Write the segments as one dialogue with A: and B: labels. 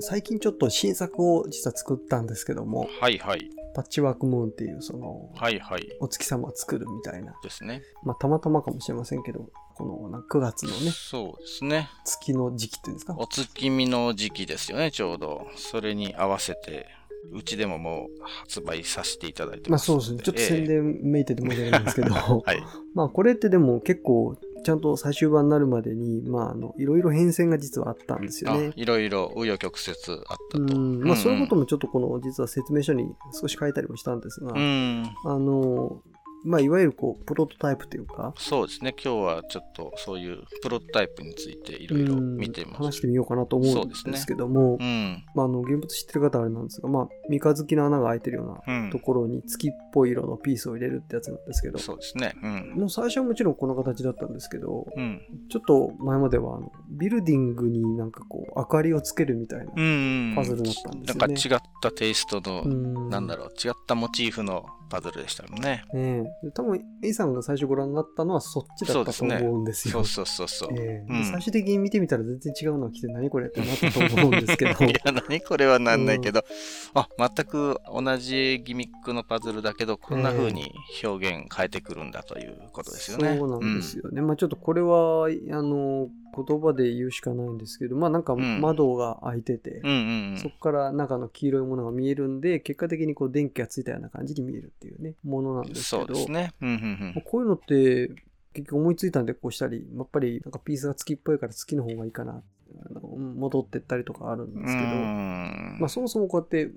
A: 最近ちょっと新作を実は作ったんですけども、
B: はいはい。
A: パッチワークムーンっていうその、
B: はいはい。
A: お月様作るみたいな、
B: ですね。
A: まあたまたまかもしれませんけど、このな9月のね、
B: そうですね。
A: 月の時期っていうんですか、
B: お月見の時期ですよね、ちょうど。それに合わせて、うちでももう発売させていただいて
A: まあ
B: ます
A: そ
B: の。
A: うですね、ちょっと
B: ええ
A: 宣伝めいてて申し訳ないんですけど、
B: はい。
A: まあこれってでも結構ちゃんと最終版になるまでに、まああの、いろいろ変遷が実はあったんですよね
B: あ。いろいろ紆余曲折あった
A: う
B: と。
A: ん、まあそういうこともちょっとこの実は説明書に少し書いたりもしたんですが、
B: うん。
A: あの、まあいわゆるこう、プロトタイプというか、
B: そうですね。今日はちょっとそういうプロトタイプについていろいろ見て
A: う
B: み
A: ん
B: ま
A: 話し
B: す。
A: てみようかなと思
B: そううんですね
A: ですけども、
B: うん。
A: まあ、あの現物知ってる方はあれなんですが、まあ、三日月の穴が開いてるよう
B: う
A: なんと。ころに月っぽい色のピースを入れるってやつなんですけど、
B: そうですね。うん。
A: もう最初はもちろんこの形だったんですけど、
B: うん。
A: ちょっと前まではあのビルディングになんかこう明かりをつけるみたいな、
B: うん。
A: パズルだったんですよね
B: なんか違ったテイストの、
A: うん
B: なんだろう、違ったモチーフのパズルでしたもんね。
A: う、ねえ、で多分 A さんが最初ご覧になったのはそっちだったと
B: そうですね
A: 思うんです
B: そ
A: よ。
B: うそうそうそう。
A: ええ
B: うん
A: 最終的に見てみたら全然違うのが来て何これってなったと思うんです けど
B: いや、何これはなんないけど、あ、全く同じギミックのパズルだけど、こんな風に表現変えてくるんだということですよね。
A: そうなんですよね。まあちょっとこれは、あの、言葉で言うしかないんですけど、まあなんか
B: うん
A: 窓が開いてて、
B: うん。うんうんう
A: そ
B: ん。
A: こから中の黄色いものが見えるんで、結果的にこう電気がついたような感じに見えるっていうね、ものなんですけど、
B: そうですね。うんうんう
A: ま
B: ん
A: あ。こういうのって、結局思いついたんでこうしたり、やっぱりなんかピースが月っぽいから月の方がいいかな、あの戻ってったりとかあるんですけど、
B: うん
A: まあそもそもこうやって、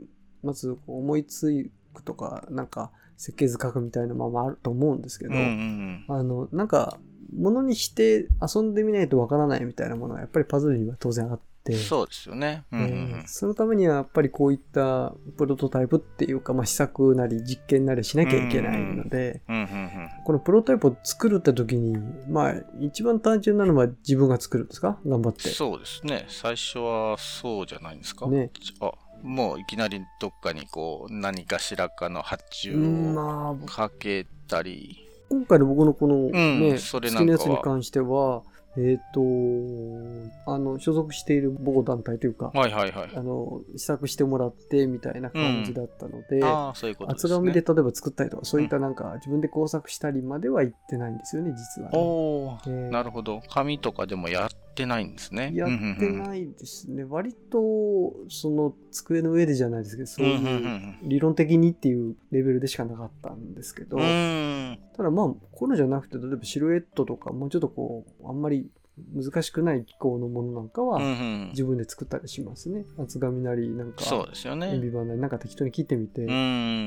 A: まずこう思いつくとか、なんか設計図書くみたいなままあると思うんですけど、
B: うんうん
A: あの、なんか、ものにして遊んでみないとわからないみたいなものはやっぱりパズルには当然あっ
B: う
A: て、
B: ん。そうですよね。うん
A: え
B: うん
A: ーそのためにはやっぱりこういったプロトタイプっていうか、まあ、試作なり実験なりしなきゃいけないので、
B: うん。うんうん
A: このプロトタイプを作るって時に、まあ、一番単純なのは自分が作るんですか頑張っ
B: うん。
A: て。
B: そうですね。最初はそうじゃないんですか。
A: ね
B: あ、もういきなりどっかにこう、何かしらかの発注
A: うん
B: を
A: まあ、
B: かけたり、
A: 今回の僕のこの
B: ん
A: ね、
B: そ
A: 好き
B: れ
A: な
B: なんか
A: や
B: は
A: つに関しては、えっ、と、あの、所属している某団体というか、
B: はいはいはい。
A: あの試作してもらってみたいな感じだったので、
B: ああ、そういうことです
A: 厚
B: ね。
A: 紙で例えば作ったりとかそういったなんか自分で工作したりまでは行ってないんですよね実はね、
B: おお、
A: えー
B: なるほど。紙とかでもやってないんですね。
A: やって
B: い。
A: ないですね割とその机の上でじゃないですけどそううんいう
B: うんう
A: うん理論的にっていうレベルでしかなかったんですけど、
B: うん。うん
A: ただまあこれじゃなくて例えばシルエットとかもうちょっとこうあんまり難しくない機構のものなんか
B: うんう
A: は
B: ん。
A: 自分で作ったりしますね、厚紙なりなんか
B: そうですよね。
A: 鉛板なりなんか適当に切ってみて、
B: うん。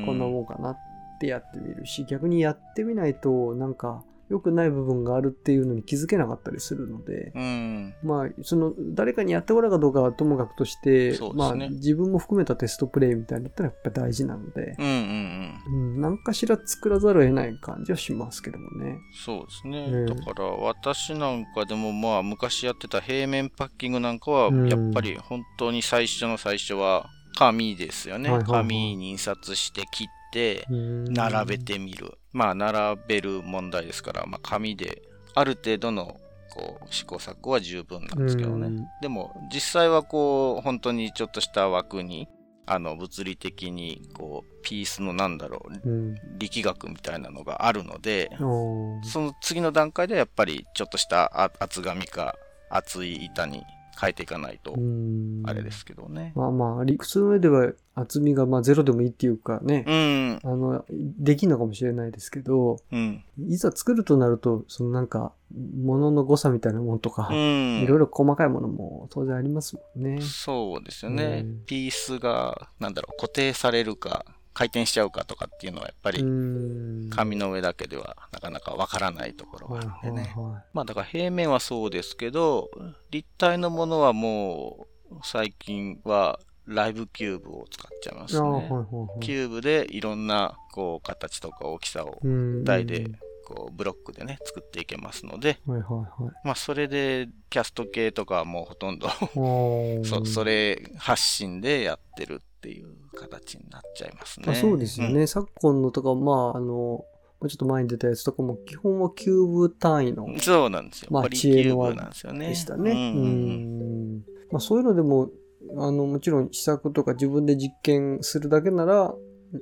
A: こんなもんかなってやってみるし逆にやってみないとなんか良くない部分があるっていうのに気づけなかったりするので、
B: うん。
A: まあその誰かにやってもらうかどうかはともかくとして、
B: そうで
A: ますあ
B: ね
A: 自分も含めたテストプレイみたいなのってのはやっぱ大事なので、
B: うんうんうん。
A: うん、何かしら作らざるを得ない感じはしますけどもね。
B: そうですね。
A: うん
B: だから私なんかでもまあ昔やってた平面パッキングなんかは
A: うん
B: やっぱり本当に最初の最初は紙ですよね。
A: はいはいはい
B: 紙に印刷して切って
A: うん
B: 並べてみる。まあ並べる問題ですから、まあ、紙である程度のこう試行錯誤は十分なんですけどね。
A: うん
B: でも実際はこう本当にちょっとした枠にあの物理的にこうピースのなんだろう
A: うん
B: 力学みたいなのがあるので、
A: おー
B: その次の段階ではやっぱりちょっとしたあ厚紙か厚い板に変えていかないと
A: うん
B: あれですけどね。
A: まあまあ理屈の上では厚みがまあゼロでもいいっていうかね、
B: うん、
A: あのできるのかもしれないですけど、
B: うん、
A: いざ作るとなると、そのなんか、ものの誤差みたいなものとか、
B: うん。
A: いろいろ細かいものも当然ありますもんね。
B: そうですよね
A: うん。
B: ピースがなんだろう固定されるか回転しちゃうかとかっていうのはやっぱ
A: うー
B: り
A: ん。
B: 紙の上だけではなかなかわからないところがあるんでね。
A: は
B: まあだから平面はそうですけど、立体のものはもう最近はライブキューブを使っちゃいま
A: いはいはい。あ
B: す
A: あ、はい
B: ね。
A: はいはい。
B: キューブでいろんなこう形とか大きさを
A: うん
B: 立体でこうブロックでね作っていけますので、
A: はいはい はい。
B: まあそれでキャスト系とかはもうほとんど
A: おー
B: そそれ発信でやってるっていう形になっちゃいます
A: ま
B: ね。
A: あそうですよね。昨今のとか、まあ、あの、まあちょっと前に出たやつとかも、基本はキューブ単位の
B: そうなんですよ。
A: まあ
B: ポリキューブなんですよね。
A: でしたね。
B: う
A: うん
B: うんうん
A: んまあ、そういうのでもあのもちろん試作とか自分で実験するだけなら、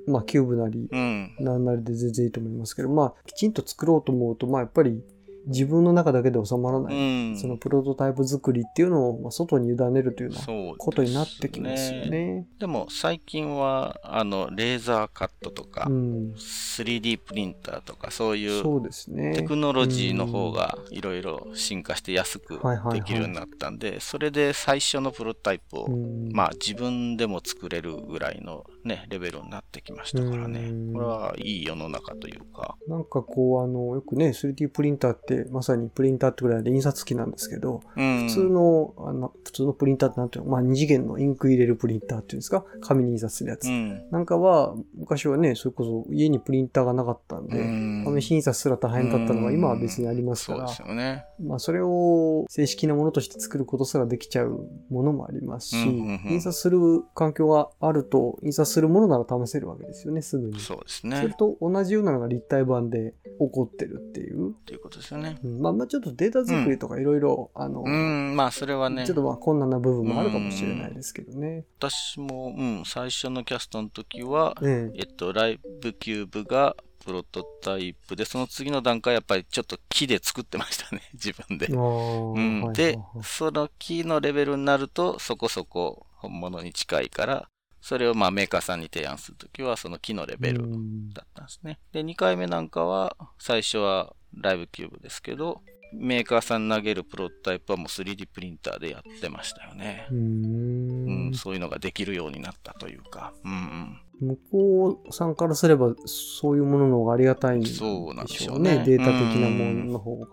A: まあ、キューブなり
B: うん。
A: なんなりで全然いいと思いますけど、まあ、きちんと作ろうと思うと、まあ、やっぱり自分の中だけで収まらない、
B: うん。
A: そのプロトタイプ作りっていうのを、まあ、外に委ねるというような
B: そうです
A: ことになってきますよね。。
B: でも最近は、あの、レーザーカットとか、
A: うん、
B: 3D プリンターとか、そういう
A: そうですね。
B: テクノロジーの方がいろいろ進化して安く
A: はいはいはい
B: できるようになったんで、それで最初のプロトタイプを、
A: うん、
B: まあ自分でも作れるぐらいのね、レベルになってきましたから
A: うん
B: ね。これはいい世の中というか。
A: なんかこう、あの、よくね、3D プリンターって、まさにプリンターってぐらいで印刷機なんですけど、
B: 普
A: 普通の、あの、普通のプリンターってなんていうのまあ、二次元のインク入れるプリンターっていうんですか紙に印刷するやつ。
B: うん。
A: なんかは、昔はね、それこそ家にプリンターがなかったんで、
B: うん
A: 紙印刷すら大変だったのが
B: うん
A: 今は別にありますか
B: そう
A: ら
B: で、すよね。
A: まあそれを正式なものとして作ることすらできちゃうものもありますし、
B: うんうんうん
A: 印刷する環境があると、印刷するものなら試せるわけですよね、すぐに。
B: そうです
A: それ
B: ね。
A: と同じようなのが立体版で起こってるっていう。
B: ということですよね。
A: うんまあまあちょっとデータ作りとかいろいろ、あの、
B: うん、まあそれはね
A: ちょっ、とまあ困難な部分もあるかもしれないですけどね。
B: 私も、うん、最初のキャストの時は、
A: ええ
B: えっと、ライブキューブがプロトタイプで、その次の段階はやっぱりちょっと木で作ってましたね、 自分で。
A: あー
B: うん
A: はいはい
B: で
A: は、い
B: その木のレベルになると、そこそこ本物に近いから、それをまあメーカーさんに提案するときは、その木のレベル
A: うん
B: だったんですね。で、2回目なんかは、最初はライブキューブですけど、メーカーさんに投げるプロトタイプはもう 3D プリンターでやってましたよね。
A: うー
B: うんん、そういうのができるようになったというか、うん
A: 向こうさんからすればそういうものの方がありがたいんでし
B: そうなんでしょ
A: ょ
B: う
A: う
B: ね
A: ねデータ的なものの方が、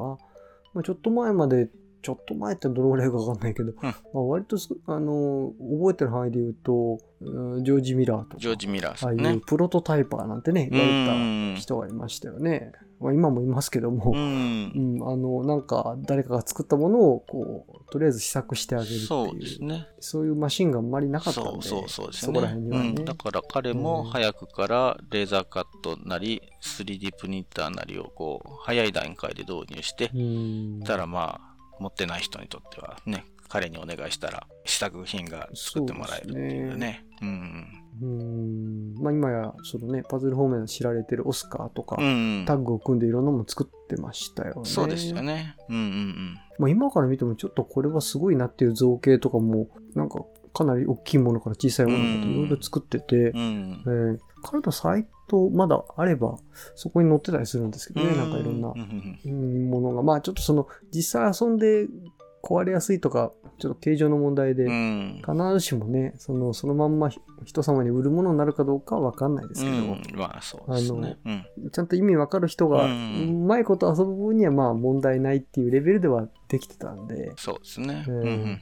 A: まあ、ちょっと前までちょっと前ってどのぐらいかわかんないけど、まあ、割とすあの覚えてる範囲で言うと、うんジョージ・ミラーと
B: う
A: か
B: ん。ジョージ・ミラー
A: あ
B: さ
A: あい
B: ん
A: う
B: ね。
A: プロトタイパーなんてね
B: う
A: 言われ
B: ん
A: た人がいましたよね、まあ、今もいますけども、
B: うん。
A: うん、あの、なんか、誰かが作ったものを、こう、とりあえず試作してあげるっていう。そ
B: そううですね。
A: いうマシンがあんまりなかったんで。
B: そうそうそうです
A: そこら辺にはね
B: うん。だから彼も早くからレーザーカットなり 3D プリンターなりをこう早い段階で導入して、
A: うん。
B: たらまあ持ってない人にとってはね、彼にお願いしたら試作品が作ってもらえるっていうね。うん
A: うん。まあ、今や、そのね、パズル方面で知られてるオスカーとか、
B: うん。
A: タッグを組んでいろんなもの作ってましたよね。
B: そうでしたよ。ね。うんうん
A: まあ、今から見ても、ちょっとこれはすごいなっていう造形とかも、なんか、かなり大きいものから小さいものまでいろいろ作ってて、
B: うん。うん
A: え。ー彼のサイト、まだあれば、そこに載ってたりするんですけどね、なんかいろんな
B: う。うん
A: うんものが、まあちょっとその、実際遊んで壊れやすいとか、ちょっと形状の問題で、
B: うんうん。
A: 必ずしもね、そのそのまんまひ人様に売るものになるかどうかは分かんないですけど、
B: うん、まあそうですね。うん
A: ちゃんと意味分かる人が、
B: う
A: うんまいこと遊ぶ分にはまあ問題ないっていうレベルではできてたんで、
B: そうですね。
A: うん
B: うんうんうん
A: ま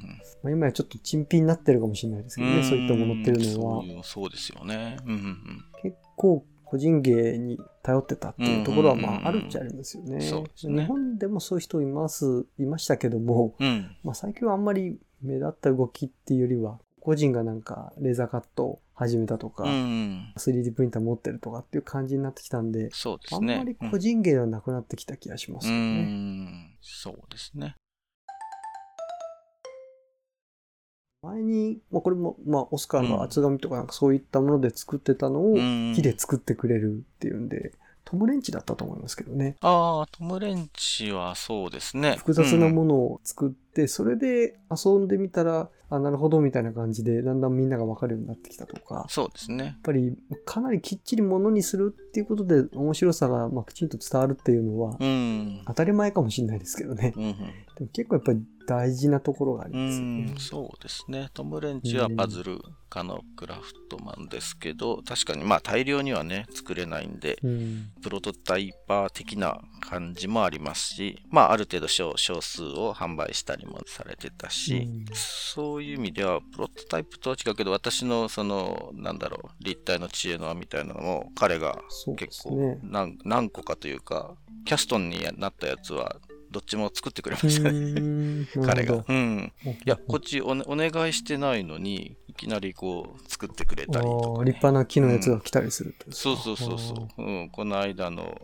A: あ、今やちょっと珍品になってるかもしれないですけどね、そういったものっていうのは
B: うんそういうそうですよね。うんうんうん。
A: 結構個人芸に頼ってたっていうところはま
B: うんうんうんうん
A: ああるっちゃありますよね。
B: そうですね
A: 日本でもそういう人います、いましたけども、
B: うん。
A: まあ、最近はあんまり目立った動きっていうよりは個人がなんかレーザーカットを始めたとか、
B: うんうん。
A: 3D プリンター持ってるとかっていう感じになってきたんで
B: そうで
A: あ
B: す
A: ん
B: ね。
A: まり個人芸ではなくなってきた気がします
B: う
A: よね。
B: ん。そうですね。
A: 前に、まあ、これも、まあ、オスカー
B: うん
A: の厚紙とかなんかそういったもので作ってたのを
B: うん
A: 木で作ってくれるっていうんで、トムレンチだったと思いますけどね。
B: ああ、トムレンチはそうですね。
A: 複雑なものを作って、それで遊んでみたら、あ、なるほどみたいな感じで、だんだんみんながわかるようになってきたとか
B: うん。そうですね
A: やっ。ぱりかなりきっちりものにするっていうことで面白さがまあきちんと伝わるっていうのは
B: うん。
A: 当たり前かもしれないですけどね
B: う。んうん
A: でも結構やっぱり大事なところがあり
B: う
A: ますよね
B: ん、。そうですね。トム・レンチはパズル家のクラフトマンですけど、確かにまあ大量にはね、作れないんで、
A: うん。
B: プロトタイパー的な感じもありますし、まあある程度少少数を販売したりもされてたし、
A: うん
B: そういう意味ではプロトタイプとは違うけど、私のその、なんだろう、立体の知恵の輪みたいなのも彼が
A: そうで
B: 結
A: す
B: 構
A: ね。
B: 何何個かというか、キャストンになったやつはどっちも作ってくれま
A: う
B: したね。
A: ん
B: 彼。
A: なる
B: が
A: ほ。
B: うん。
A: ど
B: いや、こっちお,、お願いしてないのに、いきなりこう、作ってくれたりと
A: あ
B: か、
A: ー
B: ね。
A: 立派な木のやつが来たりするってことですか
B: そうそうそうそう。うん。この間の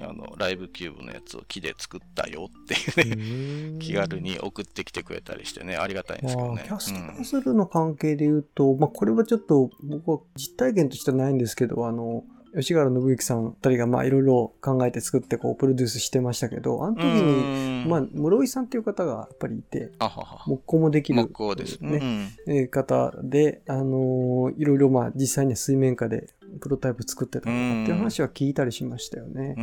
B: あのライブキューブのやつを木で作ったよっていうね、 気軽に送ってきてくれたりしてね、ありがたいんですけど
A: まあ、
B: ね。
A: キャスト
B: う
A: パ
B: ん
A: ズルの関係で言うと、まあ、これはちょっと僕は実体験としてはないんですけどあの吉原信之さんあたりがまあいろいろ考えて作ってこうプロデュースしてましたけどあの時に、
B: うん
A: まあ、室井さんっていう方がやっぱりいて
B: あはは。
A: 木工もできる
B: 木工ですね。うん
A: えー方で、あのーいろいろまあ実際には水面下でプロタイプ作ってたとかっていう話は聞いたりしましたよね
B: う。ん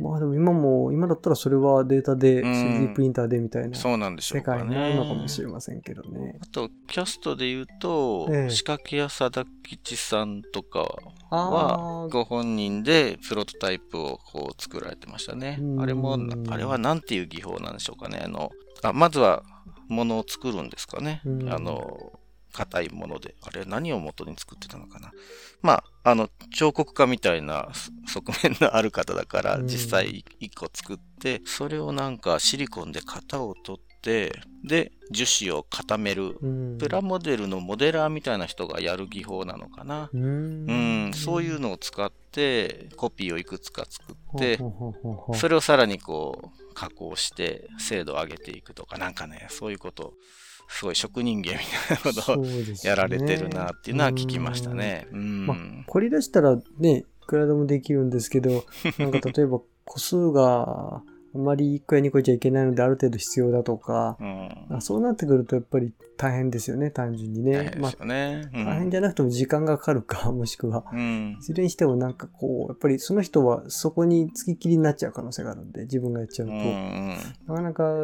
B: うん
A: まあでも今も今だったらそれはデータで
B: うん
A: 3D プリンターでみたい
B: うん
A: な
B: そうなんでしょ
A: 世
B: うかね。
A: 界になるのかもしれませんけどね。
B: あと、キャストで言うと、
A: ええ
B: 仕掛け屋貞吉さんとか
A: あ
B: は、
A: ー
B: ご本人でプロトタイプをこう作られてましたね
A: う。ん
B: あれも、あれはなんていう技法なんでしょうかね。あの、あまずは、ものを作るんですかね。
A: うん
B: あの、硬いもので。あれ、何を元に作ってたのかな。まあ、あの、彫刻家みたいなす側面のある方だから、
A: うん
B: 実際1個作って、それをなんかシリコンで型を取って、で、樹脂を固める
A: うん
B: プラモデルのモデラーみたいな人がやる技法なのかな。
A: う
B: うんん、そういうのを使って、コピーをいくつか作って、
A: ほうほうほうほう
B: それをさらにこう、加工して、精度を上げていくとか、なんかね、そういうことを、すごい職人芸みたいなこと
A: そ
B: を
A: うですね
B: やられてるなっていうのは聞きましたね。うん。
A: これ出したらね、いくらでもできるんですけ ど、なんか例えば個数があまり1個や2個じゃいけないのである程度必要だとか、
B: うん
A: あそうなってくるとやっぱり大変ですよね、単純に
B: 大
A: ね。
B: 変
A: ま
B: で
A: あ
B: すよね。うん
A: 大変じゃなくても時間がかかるか、 もしくは。
B: うん
A: い。ずれにしてもなんかこう、やっぱりその人はそこに付きっきりになっちゃう可能性があるんで、自分がやっちゃう
B: う
A: と、
B: ん
A: なかなか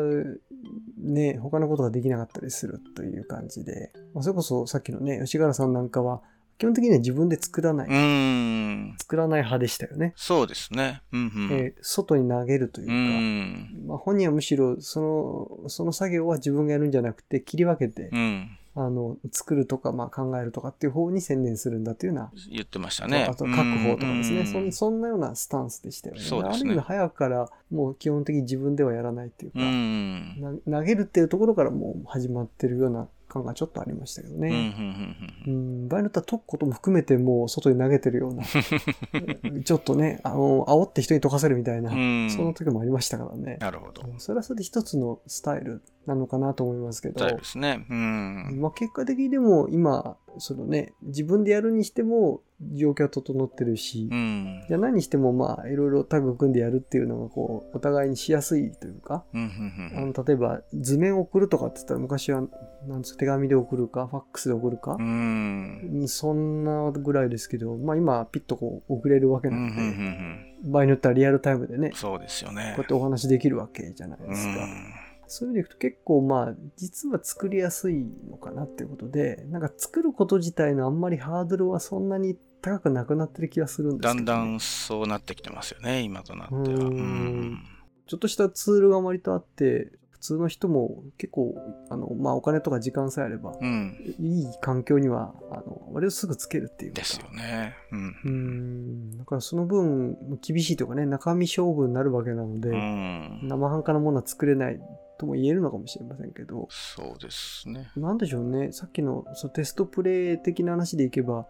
A: ね、他のことができなかったりするという感じで、まあ、それこそさっきのね、吉原さんなんかは、基本的には自分で作らない、
B: うん。うん。
A: 作らない派でしたよね。
B: そうですね。うん
A: えー外に投げるという
B: うん。う
A: か、
B: ん。
A: まあ、本人はむしろそのその作業は自分がやるんじゃなくて切り分けて、
B: うん。
A: あの作るとか、まあ、考えるとかっていう方に専念するんだっていうような、
B: 言ってましたね。
A: あと確保とかですね、
B: うん
A: そんそんなようなスタンスでしたよね。
B: そうですね
A: ある意味早くからもう基本的に自分ではやらないっていうか、
B: うん。
A: な投げるっていうところからもう始まってるような感がちょっとありましたけど
B: うんうん
A: ね。
B: うん
A: う
B: うん
A: ん、場合によっては解くことも含めてもう外に投げてるような ちょっとねあの煽って人に解かせるみたいな、
B: うん
A: その時もありましたからね。
B: なるほど。
A: それはそれで一つのスタイルなのかなと思いますけど
B: タイ、プですね。うん。
A: まあ、結果的にでも今そのね自分でやるにしても状況は整ってるし、
B: うん。
A: じゃあ何にしてもまあいろいろタッグ組んでやるっていうのがこうお互いにしやすいというか、
B: うんうんう
A: あ
B: ん
A: の例えば図面送るとかって言ったら昔はなんつう手紙で送るかファックスで送るか
B: う、ん。
A: うんそんなぐらいですけど、まあ、今ピッとこう送れるわけ
B: うんう
A: なん
B: うん
A: で、
B: ん
A: 場合によってはリアルタイムでね
B: うんそうですよね
A: こうや。ってお話できるわけじゃないで
B: う
A: すか。
B: ん。
A: そういう意味でいくと結構まあ実は作りやすいのかなっていうことでなんか作ること自体のあんまりハードルはそんなに高くなくなってる気がするんです
B: だ
A: けどね、
B: んだんそうなってきてますよね、今となっては。
A: う
B: うんん。
A: ちょっとしたツールが割とあって普通の人も結構あの、まあ、お金とか時間さえあれば
B: うん。
A: いい環境にはあの割とすぐつけるっていうか
B: ですよね。う。
A: うんんだからその分厳しいというかね中身勝負になるわけなので、
B: うん。
A: 生半可なものは作れないとも言えるのかもしれませんけど
B: そうですね。
A: なんでしょうね、さっきのそのテストプレイ的な話でいけば、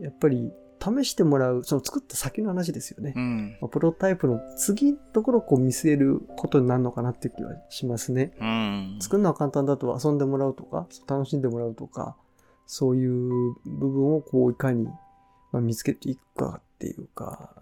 A: やっぱり試してもらう、その作った先の話ですよね。
B: うん。
A: まあプロタイプの次のところをこう見据えることになるのかなっていう気はしますね。
B: うん。
A: 作るのは簡単だと遊んでもらうとか、楽しんでもらうとか、そういう部分をこういかにまあ見つけていくかっていうか、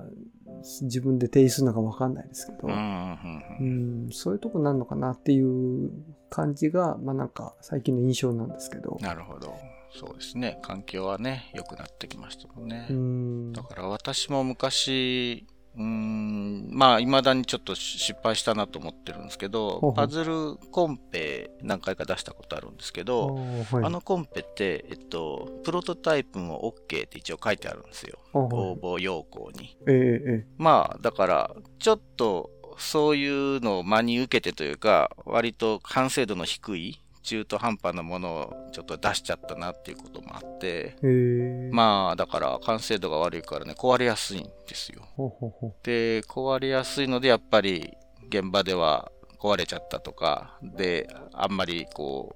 A: 自分で定義するのかわかんないですけど、
B: うんうんう
A: うんん、そういうとこなんのかなっていう感じが、まあなんか最近の印象なんですけど
B: うん。。なるほど。そうですね。環境はね、良くなってきましたもんね。
A: うん
B: だから私も昔、うーん、まあ、未だにちょっと失敗したなと思ってるんですけ
A: ほうほ
B: ど
A: う、
B: パズルコンペ何回か出したことあるんですけど、
A: あ
B: あのコンペって、えっと、プロトタイプも OK って一応書いてあるんですよ。応
A: の、
B: 募要項に。
A: えええ
B: まあ、だから、ちょっと、そういうのを真に受けてというか、割と完成度の低い、中途半端なものをちょっと出しちゃったなっていうこともあって、
A: えええ
B: まあだから完成度が悪いからね壊れやすいんですよ
A: ほうほうほ
B: で壊れやすいのでやっぱり現場では壊れちゃったとかであんまりこ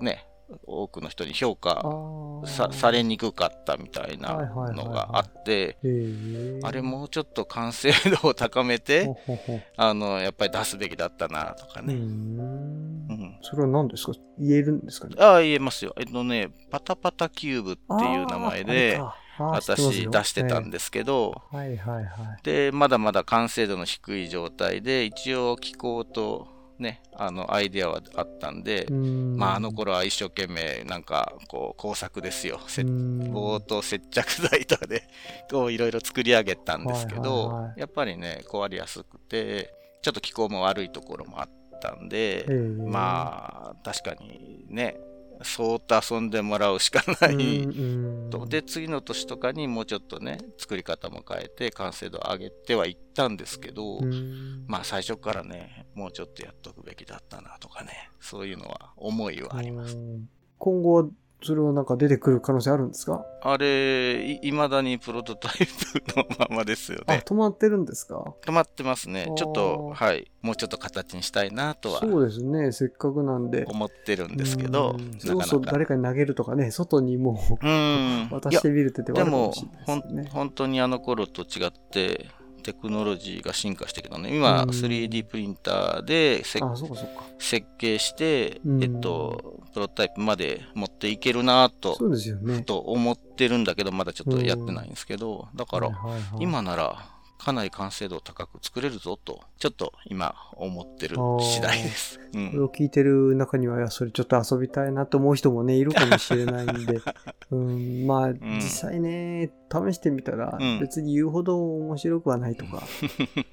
B: うね多くの人に評価
A: ああ。
B: さされにくかったみたいな
A: はいはいはいはい
B: のがあって、
A: へえ
B: あれもうちょっと完成度を高めて
A: ほ、ほほ
B: あの、やっぱり出すべきだったなとか
A: うー
B: ね。
A: ん
B: う。ん。
A: それは何ですか言えるんですかね
B: ああ、言えますよ。えっとね、パタパタキューブっていう名前で、私出してたん
A: で。
B: ですけど、
A: はいはいはい。
B: で、まだまだ完成度の低い状態で、一応気候とね、あの、アイデアはあったんで、まあ、あの頃は一生懸命、なんか、こう、工作ですよ。せ棒
A: ー
B: と接着剤とかで、 こう、いろいろ作り上げたんですけど、
A: はいはいはい
B: やっぱりね、壊れやすくて、ちょっと気候も悪いところもあったんで、まあ、確かにね、そうと遊んでもらうしか
A: あ
B: ないと。
A: で、
B: で、次の年とかにもうちょっとね、作り方も変えて、完成度を上げてはいったんですけど、
A: うん
B: まあ最初からね、もうちょっとやっとくべきだったなとかね、そういうのは思いはあります。
A: うん今後はそれはなんか出てくる可能性あるんですか
B: あれ、い未だにプロトタイプのままですよ
A: あ、
B: ね。
A: 止まってるんですか
B: 止まってますね
A: あ。ー
B: ちょっと、はい、もうちょっと形にしたいなとは
A: そうですね、せっかくなんで。
B: 思ってるんですけど、
A: うん
B: な
A: それこ
B: か
A: そ
B: なか。
A: 誰かに投げるとかね、外にも
B: う。
A: うん渡
B: いや
A: してみるって手は
B: で
A: あるか
B: も
A: もしれない
B: ほん
A: ですよね。
B: 本当にあの頃と違ってテクノロジーが進化してきたね今
A: うん
B: 3D プリンターでせ
A: あ、そうかそうか。
B: 設計して、
A: うん
B: えっと、プロトタイプまで持っていけるなと
A: そうですよね。
B: と思ってるんだけどまだちょっとやってないんですけどだから
A: はいはいはい、
B: 今ならかなり完成度高く作れるぞとちょっと今思ってる
A: あー
B: 次第です。う
A: これ
B: ん
A: を聞いてる中には、いや、それちょっと遊びたいなと思う人もね、いるかもしれないんで、うん、まあ、実際ね、試してみたら
B: うん、
A: 別に言うほど面白くはないとか、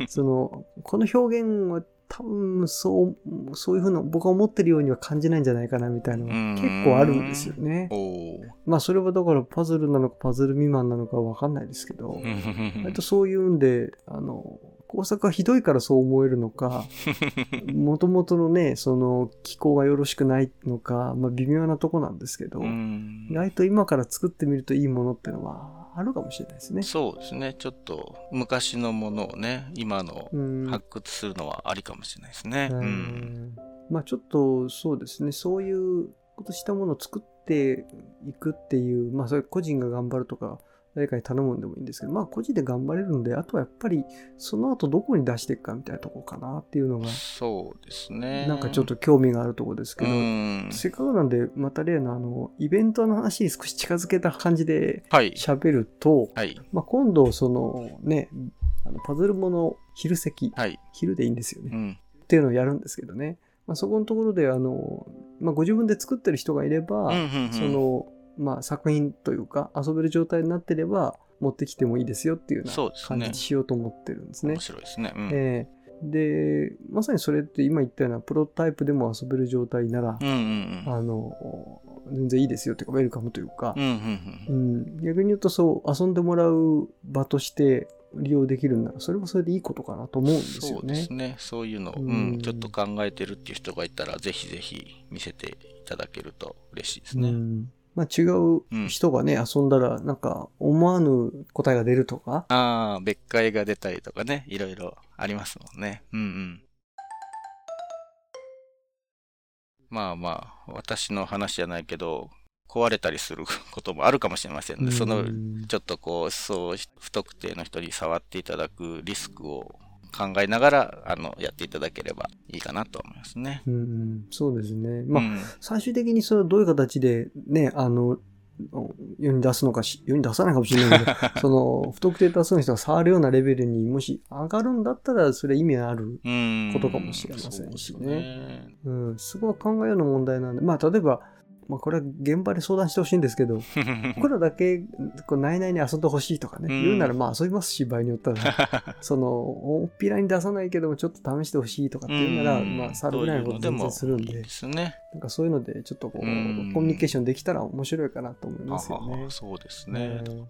A: その、この表現は多分、そう、そういうふうな、僕は思ってるようには感じないんじゃないかな、みたいなのが
B: うん
A: 結構あるんですよね。
B: おー
A: まあ、それはだからパズルなのかパズル未満なのかわかんないですけど、割とそういうんで、あの、工作がひどいからそう思えるのか、もともとのね、その気候がよろしくないのか、まあ微妙なとこなんですけど、
B: うん
A: 意外と今から作ってみるといいものってのはあるかもしれないですね。
B: そうですね。ちょっと昔のものをね、今の
A: うん。
B: 発掘するのはありかもしれないですね。
A: う
B: うん。
A: んまあちょっとそうですね、そういうことしたものを作っていくっていう、まあそれ個人が頑張るとか、誰かに頼むんでもいいんですけど、まあ個人で頑張れるんで、あとはやっぱりその後どこに出していくかみたいなとこかなっていうのが、
B: そうですね。
A: なんかちょっと興味があるとこですけ
B: う
A: ど、
B: ん。
A: せっかくなんで、また例のあの、イベントの話に少し近づけた感じで
B: はい。
A: 喋ると、
B: はい。
A: まあ、今度、そのね、あのパズルもの昼席、
B: はい。
A: 昼でいいんですよ
B: う
A: ね、
B: ん。
A: っていうのをやるんですけどね、まあ、そこのところで、あの、まあ、ご自分で作ってる人がいれば、
B: うんうんうん
A: その、まあ、作品というか、遊べる状態になってれば、持ってきてもいいですよっていうよう
B: そう
A: な
B: です
A: 感じ
B: ね
A: に。しようと思ってるんですね
B: 面。白いですね。うん。
A: ええで、まさにそれって今言ったようなプロトタイプでも遊べる状態なら、
B: うんうんうん。
A: あの、全然いいですよっていうか、ウェルカムというか
B: うん、うんう。
A: うんん、逆に言うとそう、遊んでもらう場として利用できるんなら、それはそれでいいことかなと思うんです
B: そ
A: よ
B: うで
A: ね
B: す。ね。そういうのを、う、
A: うんん
B: ちょっと考えてるっていう人がいたら、ぜひぜひ見せていただけると嬉しいです
A: う
B: ね。
A: んまあ、違う人がね、遊んだら、なんか、思わぬ答えが出るとか、
B: ああ、別解が出たりとかね、いろいろありますもんね。うんうん。まあまあ、私の話じゃないけど、壊れたりする こともあるかもしれませんね。その
A: う、ん
B: ちょっとこう、そう、不特定の人に触っていただくリスクを考えながら、あの、やっていただければいいかなと思いますね。
A: うん、そうですね。まあ、
B: うん
A: 最終的にそれをどういう形でね、あの、世に出すのかし、世に出さないかもしれないけど、 その、不特定多数の人が触るようなレベルにもし上がるんだったら、それ意味ある
B: うん
A: ことかもしれませんしね
B: そうですね
A: うん、そこは考えの問題なんで、まあ、例えば、まあ、これは現場で相談してほしいんですけど、僕らだけ、こう、ないないに遊んでほしいとかね、
B: うん
A: 言うなら、まあ、遊びますし、場合によっ たら、その、大っぴらに出さないけども、ちょっと試してほしいとかっていうなら、
B: うん
A: まあ、触るぐらいのこと全然するん
B: そういうのでもいい
A: で
B: で、すね。
A: なんかそういうので、ちょっとこう、コ
B: うん
A: ミュニケーションできたら面白いかなと思いますよ
B: あ
A: ね
B: あ。そうですね、
A: うん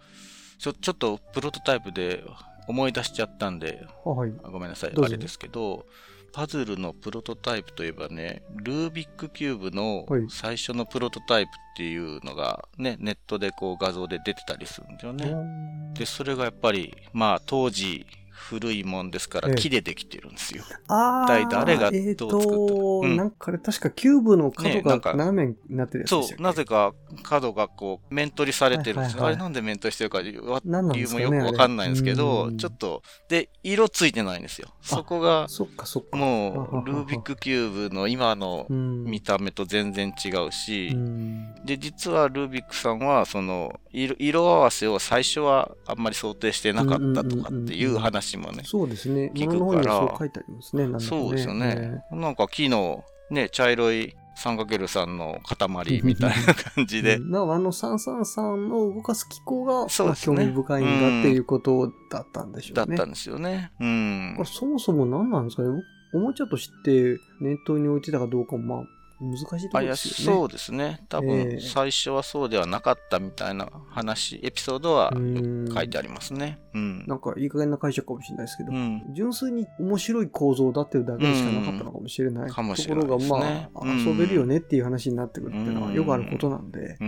B: ちょちょっとプロトタイプで思い出しちゃったんで
A: あはい。
B: あごめんなさい
A: どう
B: あ
A: ぞ
B: れですけどパズルのプロトタイプといえばねルービックキューブの
A: はい
B: 最初のプロトタイプっていうのが、ね、ネットでこう画像で出てたりするんだよね、
A: うん
B: でそれがやっぱりまあ当時古いもんですか
A: え
B: ら
A: え
B: 木でできてるんですよ。
A: ああ、
B: 一体誰が
A: えー
B: どう作った
A: と、
B: うん
A: なんかあれ確かキューブの
B: ね
A: 角
B: えなん
A: が
B: か
A: 斜めになってるやつで
B: そ
A: したっ
B: う、
A: け
B: なぜか角がこう、面取りされてるんですよ。
A: はいはいはい
B: あれなんで面取りしてるか、わ
A: 何なんで
B: 理由
A: す
B: も
A: かね
B: よくわかんないんですけ
A: あれ
B: ど
A: う、ん
B: ちょっと、で、色ついてないんですよ。そこが、
A: そっかそっか。
B: も
A: あははは
B: う、ルービックキューブの今の
A: うん
B: 見た目と全然違う
A: う
B: し、
A: ん
B: で、実はルービックさんは、その、色色合わせを最初はあんまり想定してなかったとかっていう話もね、
A: そうですね。
B: 聞
A: 物の
B: く
A: 方には
B: から
A: そう書いてありますね。なんだかね
B: そうですよね。。なんか木の、ね、茶色い 3×3 の塊みたいな感じで
A: う、んなおあの333の動かす機構が、
B: そう
A: ま
B: で
A: あ
B: す
A: 興
B: ね
A: 味深いんだっていうことだったんでしょ
B: だっ
A: うね。
B: たんですよね。うん
A: これ。そもそも何なんですかね僕おもちゃとして念頭に置いてたかどうかも、まあ、難しいとこ
B: あい
A: ろで
B: や
A: すよね。
B: そうですね。多
A: ええ
B: 分、最初はそうではなかったみたいな話、エピソードは
A: う
B: よ
A: ん
B: く書いてありますね。うん。
A: なんかいい加減な解釈かもしれないですけど、
B: うん。
A: 純粋に面白い構造だっていうだけでしかなかったのかもしれない、
B: うんかもし
A: とこ
B: れない
A: ろ
B: で
A: が
B: すね
A: まあ、
B: うん
A: 遊べるよねっていう話になってくるっていうのは
B: うん
A: よくあることなんで、
B: うんう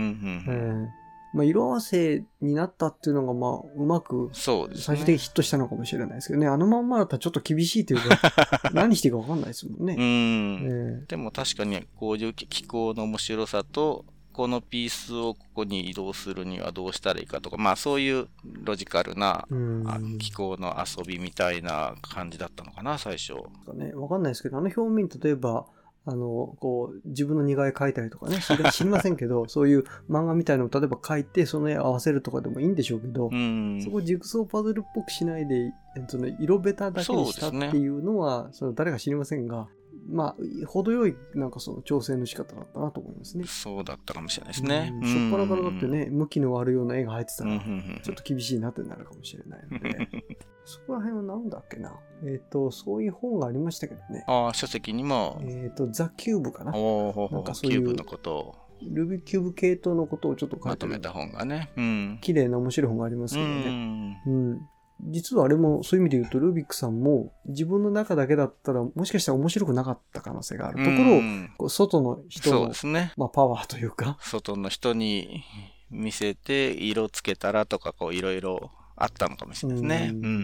A: え
B: ん
A: えまあ、色合わせになったっていうのがまあうまく
B: そうです
A: 最
B: ね。
A: 終的にヒットしたのかもしれないですけどねあのまんまだったらちょっと厳しいという か何していいか分かんないですもん
B: う
A: ね。
B: ん。
A: え
B: でも確かに、こういう気候の面白さと、このピースをここに移動するにはどうしたらいいかとか、まあそういうロジカルな
A: えうん
B: あ気候の遊びみたいな感じだったのかな、最初。
A: かね、わかんないですけど、あの表面に例えば、あの、こう、自分の似顔絵描いたりとかね、知ら知り ませんけど、そういう漫画みたいのを例えば描いて、その絵合わせるとかでもいいんでしょうけど、
B: うん。
A: そこジグソーパズルっぽくしないで、その色ベタだけにした
B: そ
A: っ
B: うですね
A: ていうのは、そ,、の誰か知りませんが、まあ、程よい、なんかその調整の仕方だったなと思いますね。
B: そうだったかもしれないですね。
A: うんしょっぱなからだってね、向きの悪いような絵が入ってた
B: うんうんう
A: ら、
B: ん、
A: ちょっと厳しいなってなるかもしれないの で、そこら辺は何だっけな。えっ、と、そういう本がありましたけどね。
B: ああ、書籍にも、
A: えっ、と、ザ・キューブかな。
B: おおほう
A: な
B: ほ
A: ん
B: う
A: かそうい
B: キ
A: う
B: ューブのことを
A: ルビーキューブ系統のことをちょっと書
B: ま
A: いて
B: とめ
A: る
B: た本がね。うん。
A: 綺麗な面白い本があります
B: う
A: けどね。
B: ん。
A: うん。実はあれもそういう意味で言うと、ルービックさんも自分の中だけだったら、もしかしたら面白くなかった可能性があるところ
B: う
A: を
B: ん、
A: こう外の人
B: そう
A: の
B: で、すね。
A: まあ、パワーというか、
B: 外の人に見せて、色つけたらとか、こう、いろいろあったのかもしれないですね。
A: う
B: うんんう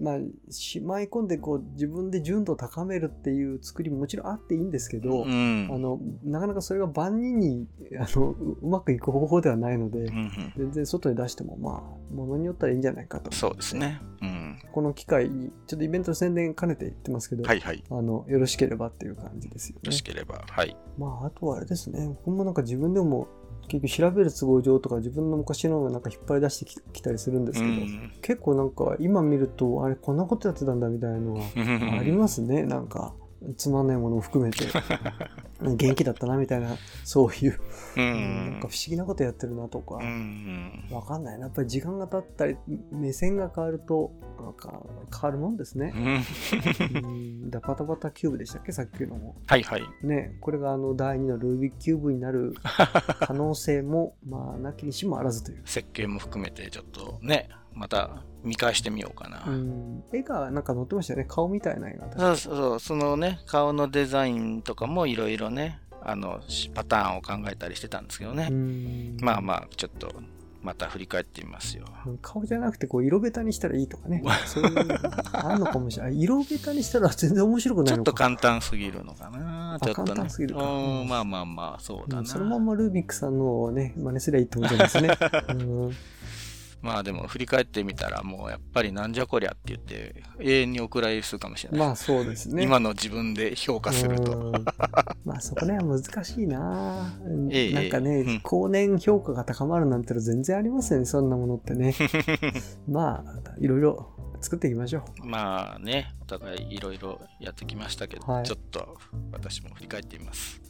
B: ん
A: まあ、しまい込んでこう自分で純度を高めるっていう作りももちろんあっていいんですけ
B: う
A: ど、
B: ん。うん
A: あのなかなかそれが万人にあのううまくいく方法ではないので、
B: うんうん
A: 全然外に出してもまあものによったらいいんじゃないかと思
B: そうですね。うん。
A: この機会にちょっとイベントの宣伝兼ねて言ってますけど、
B: はいはい。よ
A: あのよろしければっていう感じですよ
B: ろ
A: ね
B: し。ければ。はい。
A: まああとはあれですね僕もなんか自分でも結局調べる都合上とか自分の昔のをなんか引っ張り出してききたりするんです
B: う
A: けど、
B: ん。
A: 結構なんか今見るとあれこんなことやってたんだみたいなのはありますね、なんかつまんないものを含めて 元気だったなみたいなそういう、
B: う
A: なん
B: ん
A: か。不思議なことやってるなとか。
B: うんうん。
A: わかんないな。やっぱり時間が経ったり、目線が変わると、なんか変わるもんですね
B: う。ん
A: うんだバタバタキューブでしたっけ、さっきのも。
B: はいはい。
A: ね、これがあの第2のルービックキューブにな る可能性も、まあ、なきにしもあらずという。
B: 設計も含めて、ちょっとね、また見返してみようかな。
A: うん、絵がなんか載ってましたよね、顔みたいな絵が。
B: そうそうそう、そのね、顔のデザインとかもいろいろね、あの、しパターンを考えたりしてたんですけどね。
A: うん
B: まあまあ、ちょっと、また振り返ってみますよ。
A: 顔じゃなくてこう色ベタにしたらいいとかね
B: うわ。
A: そういうのあんのかもしれない。色ベタにしたら全然面白くな
B: ち
A: い
B: ょっ
A: の
B: と
A: か。
B: 簡単すぎるのかな、
A: あ
B: ちょっとね。
A: 簡単すぎるか
B: うん、
A: うん
B: まあまあまあ、そう
A: う
B: だな。
A: んそのまんまルービックさんのをね、真似すりゃいいってことです ね。うん
B: まあでも、振り返ってみたら、もうやっぱりなんじゃこりゃって言って、永遠にお蔵入りするかもしれない。
A: まあそうですね。
B: 今の自分で評価する
A: う
B: と。
A: んまあそこね難しいな、うん
B: ええ
A: なんか
B: ええう
A: ね
B: ん
A: 後年評価が高まるなんての全然ありますよねそんなものって ねまあいろいろ作っていきましょう
B: まあね、お互いいろいろやってきましたけど、
A: はい
B: ちょっと私も振り返ってみます。